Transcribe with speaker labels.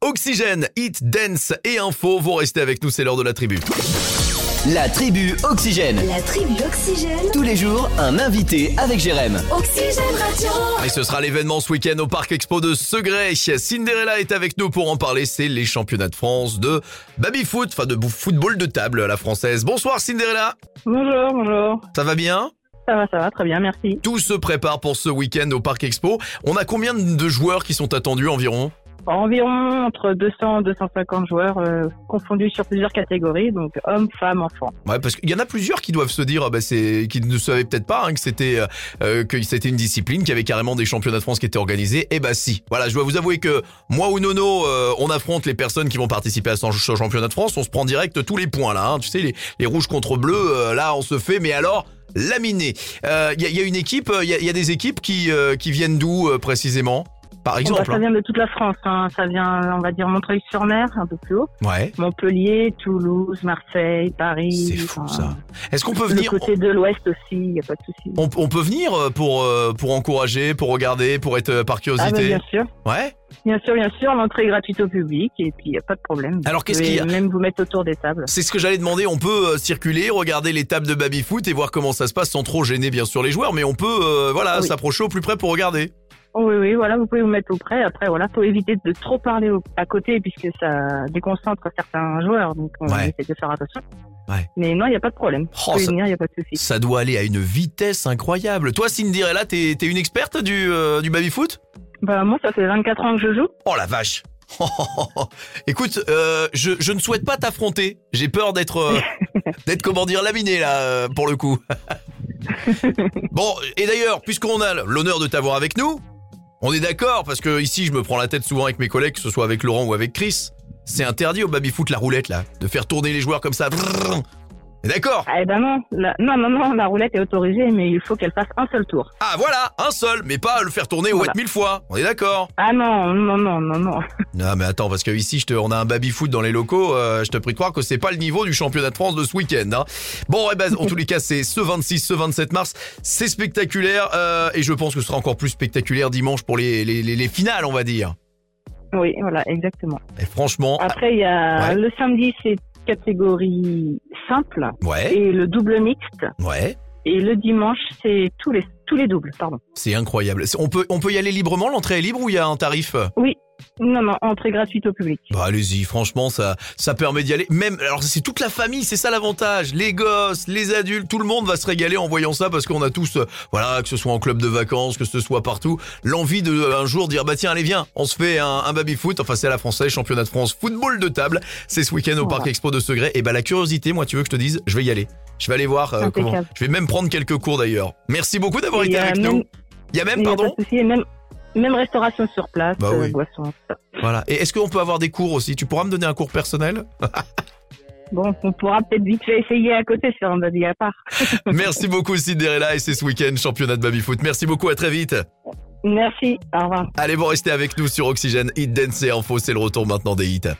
Speaker 1: Oxygène, Hit, Dance et Info. Vous restez avec nous, c'est l'heure de la tribu.
Speaker 2: La tribu Oxygène.
Speaker 3: La tribu Oxygène.
Speaker 2: Tous les jours, un invité avec Jérém.
Speaker 3: Oxygène Radio.
Speaker 1: Et ce sera l'événement ce week-end au Parc Expo de Segré. Cinderella est avec nous pour en parler. C'est les championnats de France de baby-foot, enfin de bou- football de table à la française. Bonsoir Cinderella,
Speaker 4: Bonjour, bonjour.
Speaker 1: ça va bien
Speaker 4: Ça va, ça va, très bien, merci.
Speaker 1: Tout se prépare pour ce week-end au Parc Expo. On a combien de joueurs qui sont attendus environ
Speaker 4: Environ entre 200 et 250 joueurs euh, confondus sur plusieurs catégories, donc hommes, femmes, enfants.
Speaker 1: Ouais, parce qu'il y en a plusieurs qui doivent se dire, ah bah c'est, qui ne savaient peut-être pas hein, que c'était euh, euh, que c'était une discipline, qu'il y avait carrément des championnats de France qui étaient organisés. Eh bah si. Voilà, je dois vous avouer que moi ou Nono, euh, on affronte les personnes qui vont participer à ce, ce championnat de France. On se prend direct tous les points là. hein. Tu sais, les, les rouges contre bleus, euh, là on se fait. Mais alors laminé. Euh, Il y, a, il y a une équipe, euh, il y a, il y a des équipes qui euh, qui viennent d'où euh, précisément Par
Speaker 4: Bon, bah,
Speaker 1: exemple.
Speaker 4: ça
Speaker 1: hein.
Speaker 4: vient de toute la France, hein. ça vient, on va dire, Montreuil-sur-Mer, un peu plus haut.
Speaker 1: Ouais.
Speaker 4: Montpellier, Toulouse, Marseille, Paris.
Speaker 1: C'est fou
Speaker 4: enfin, euh,
Speaker 1: ça. Est-ce qu'on peut
Speaker 4: Le
Speaker 1: venir
Speaker 4: côté de l'Ouest aussi, il n'y a pas de souci.
Speaker 1: on, on peut venir euh, pour euh, pour encourager, pour regarder, pour être euh, par
Speaker 4: Ah, bah,
Speaker 1: curiosité.
Speaker 4: bien sûr,
Speaker 1: Ouais.
Speaker 4: bien sûr, bien sûr, l'entrée est gratuite au public et puis il n'y a pas de problème.
Speaker 1: Alors,
Speaker 4: Vous
Speaker 1: qu'est-ce qu'il y a
Speaker 4: pouvez Même vous mettre autour des tables.
Speaker 1: C'est ce que j'allais demander. On peut euh, circuler, regarder les tables de baby foot et voir comment ça se passe sans trop gêner bien sûr les joueurs, mais on peut euh, voilà
Speaker 4: Oui.
Speaker 1: s'approcher au plus près pour regarder.
Speaker 4: Oh Oui, oui, voilà, vous pouvez vous mettre auprès. Après, voilà, faut éviter de trop parler au- à côté puisque ça déconcentre certains joueurs. Donc, on
Speaker 1: Ouais.
Speaker 4: essaie de faire attention.
Speaker 1: Ouais.
Speaker 4: Mais non, il n'y a pas de problème.
Speaker 1: Oh,
Speaker 4: vous pouvez
Speaker 1: ça-
Speaker 4: venir, il n'y a pas de souci.
Speaker 1: Ça doit aller à une vitesse incroyable. Toi, Cinderella, t'es t'es une experte du euh, du baby foot
Speaker 4: Bah, moi, ça fait 24 ans que je joue.
Speaker 1: Oh la vache. Écoute, euh, je, je ne souhaite pas t'affronter. J'ai peur d'être euh, d'être comment dire laminé là euh, pour le coup. bon, et d'ailleurs, puisqu'on a l'honneur de t'avoir avec nous, on est d'accord parce que ici je me prends la tête souvent avec mes collègues, que ce soit avec Laurent ou avec Chris. C'est interdit au baby foot la roulette là, de faire tourner les joueurs comme ça. Brrr. Et D'accord.
Speaker 4: Ah, eh ben non, la- non, non, non, la roulette est autorisée, mais il faut qu'elle fasse un seul tour.
Speaker 1: Ah voilà, un seul, mais pas le faire tourner ou
Speaker 4: Voilà.
Speaker 1: être mille fois. On est d'accord.
Speaker 4: Ah non, non, non, non, non.
Speaker 1: Non mais attends parce que ici je te, on a un baby foot dans les locaux. euh, je te prie de croire que c'est pas le niveau du championnat de France de ce week-end. hein. Bon eh ben en tous les cas c'est ce 26, ce 27 mars, c'est spectaculaire euh, et je pense que ce sera encore plus spectaculaire dimanche pour les les, les, les finales on va dire.
Speaker 4: Oui, voilà, exactement.
Speaker 1: Et franchement
Speaker 4: Après, il y a
Speaker 1: Ah. Ouais.
Speaker 4: le samedi, c'est catégorie simple
Speaker 1: ouais
Speaker 4: et le double mixte.
Speaker 1: ouais
Speaker 4: Et le dimanche, c'est tous les, tous les doubles, pardon.
Speaker 1: c'est incroyable. C'est- On peut on peut y aller librement l'entrée est libre ou il y a un tarif
Speaker 4: Non, non, entrée gratuite au public.
Speaker 1: Bah allez-y franchement ça ça permet d'y aller même alors c'est toute la famille c'est ça l'avantage les gosses les adultes tout le monde va se régaler en voyant ça parce qu'on a tous euh, voilà que ce soit en club de vacances que ce soit partout l'envie de euh, un jour dire bah tiens allez viens on se fait un, un baby foot enfin c'est à la française championnat de France football de table c'est ce week-end au
Speaker 4: Voilà.
Speaker 1: parc Expo de Segré et bah la curiosité moi tu veux que je te dise je vais y aller je vais aller voir euh,
Speaker 4: Impeccable.
Speaker 1: comment je vais même prendre quelques cours d'ailleurs merci beaucoup d'avoir
Speaker 4: Et il y
Speaker 1: été
Speaker 4: a
Speaker 1: avec
Speaker 4: même-
Speaker 1: nous il y a même
Speaker 4: Il n'y a pas
Speaker 1: pardon
Speaker 4: de souci, et même, même restauration sur place,
Speaker 1: Bah
Speaker 4: euh,
Speaker 1: oui.
Speaker 4: boissons, tout ça.
Speaker 1: voilà et est-ce qu'on peut avoir des cours aussi tu pourras me donner un cours personnel
Speaker 4: Bon, on pourra peut-être vite fait essayer à côté sur un baby à part.
Speaker 1: Merci beaucoup Cinderella et c'est ce week-end championnat de baby-foot. Merci beaucoup, à très vite.
Speaker 4: Merci, au revoir.
Speaker 1: Allez, vous restez avec nous sur Oxygène, Hit Dance et Info, c'est le retour maintenant des hits.